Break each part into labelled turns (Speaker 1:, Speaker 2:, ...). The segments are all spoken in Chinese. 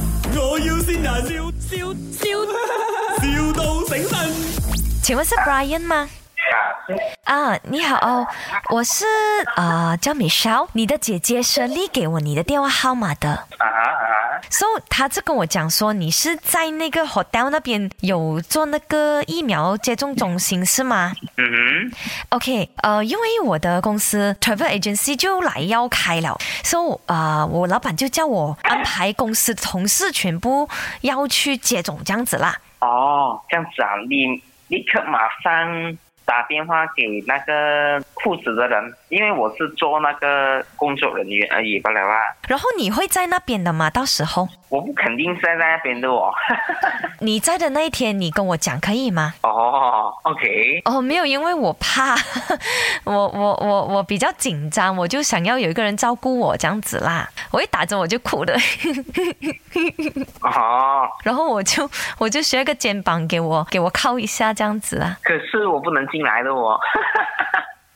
Speaker 1: 要先人，笑笑笑，,笑到醒神。
Speaker 2: 请问是 Brian 吗？啊，你好，哦，我是呃叫 Michelle，你的姐姐 Shirley 给我你的电话号码的。
Speaker 3: 啊哈啊哈，
Speaker 2: So 她就跟我讲说，你是在那个 hotel 那边有做那个疫苗接种中心是吗
Speaker 3: 嗯哼，
Speaker 2: ？OK，呃，因为我的公司 travel agency 就来要开了，So 呃，我老板就叫我安排公司的同事全部要去接种这样子啦。
Speaker 3: 哦，这样子啊，你立刻马上打电话给那个负责的人，因为我是做那个工作人员而已罢了啊，
Speaker 2: 然后你会在那边的吗？到时候
Speaker 3: 我不肯定是在那边的哦。
Speaker 2: 你在的那一天，你跟我讲可以吗？
Speaker 3: 哦，OK，
Speaker 2: 哦，没有，因为我怕， 我我我我比较紧张，我就想要有一个人照顾我这样子啦。我一打针我就哭了，
Speaker 3: 哦，
Speaker 2: 然后我就我就学个肩膀给我给我靠一下这样子啊
Speaker 3: 可是我不能进来的哦。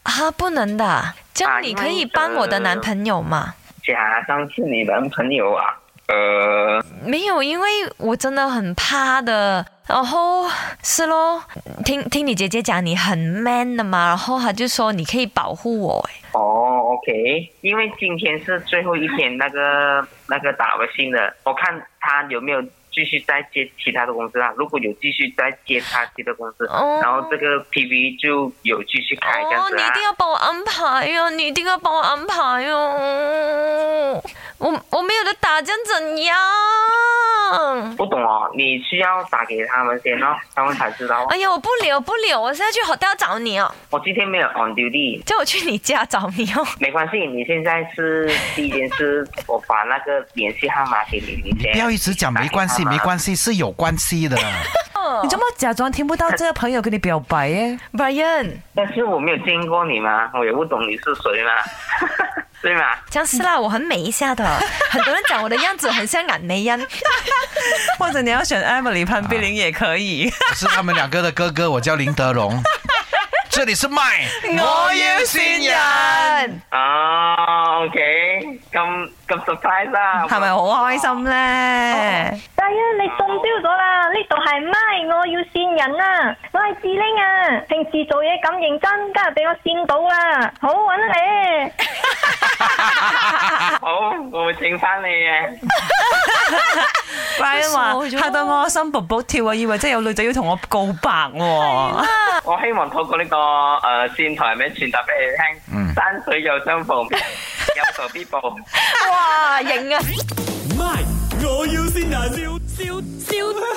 Speaker 2: 啊，不能的，这
Speaker 3: 啊
Speaker 2: 样你可以帮我的男朋友吗？
Speaker 3: 假装是你男朋友啊？呃，
Speaker 2: 没有，因为我真的很怕的。然后是咯，听听你姐姐讲你很 man 的嘛，然后她就说你可以保护我，诶
Speaker 3: 哦，OK，因为今天是最后一天，那个 那个打微信的，我看他有没有继续再接其他的公司啊？如果有继续再接他其他公司，
Speaker 2: 哦
Speaker 3: 然后这个 PV 就有继续开这样
Speaker 2: 哦，
Speaker 3: 子
Speaker 2: 你一
Speaker 3: 啊
Speaker 2: 定。要帮我安排哟、你一定要帮我安排哟、我我没有的打针怎样？
Speaker 3: 不懂哦，你需要打给他们先 哦，他们才知道哦。
Speaker 2: 哎呀，我不留不留，我现在去 hotel 找你哦，
Speaker 3: 我今天没有 on duty，
Speaker 2: 叫我去你家找你哦。
Speaker 3: 没关系。你现在是第一件事，我把那个联系号码给你，你先
Speaker 4: 不要一直讲没关系，没关系是有关系 的。
Speaker 3: 哦
Speaker 5: 你怎么假装听不到这个朋友跟你表白耶？
Speaker 2: Brian，
Speaker 3: 但是我没有见过你嘛，我也不懂你是谁嘛， 对吗？
Speaker 2: 这样是啦，我很美一下 的，很多人讲我的样子很像俺梅烟。
Speaker 5: 或者你要选 Emily 潘碧玲也可以。
Speaker 4: 我是他们两个的哥哥，我叫林德荣。这里是麦，我要新人。
Speaker 3: 啊、o k 咁咁 surprise 啦， 啊
Speaker 5: 係咪好開心咧？
Speaker 6: 仔啊，你中標咗啦！呢度係咪我要線人啊！我係志玲啊，平時做嘢咁認真，今日俾我線到啦，好揾你！
Speaker 3: 好，我會整翻你 嘅。
Speaker 5: Brian 話
Speaker 2: 佢傻咗
Speaker 5: 嚇到我心卜卜跳啊，以為真係有女仔要同我告白喎。
Speaker 3: 我希望透過呢、個誒、呃、線台名傳達俾你聽，
Speaker 4: 嗯
Speaker 3: 山水有相逢，有仇必報。
Speaker 2: 哇，型啊！
Speaker 1: My，我要先人，笑笑笑，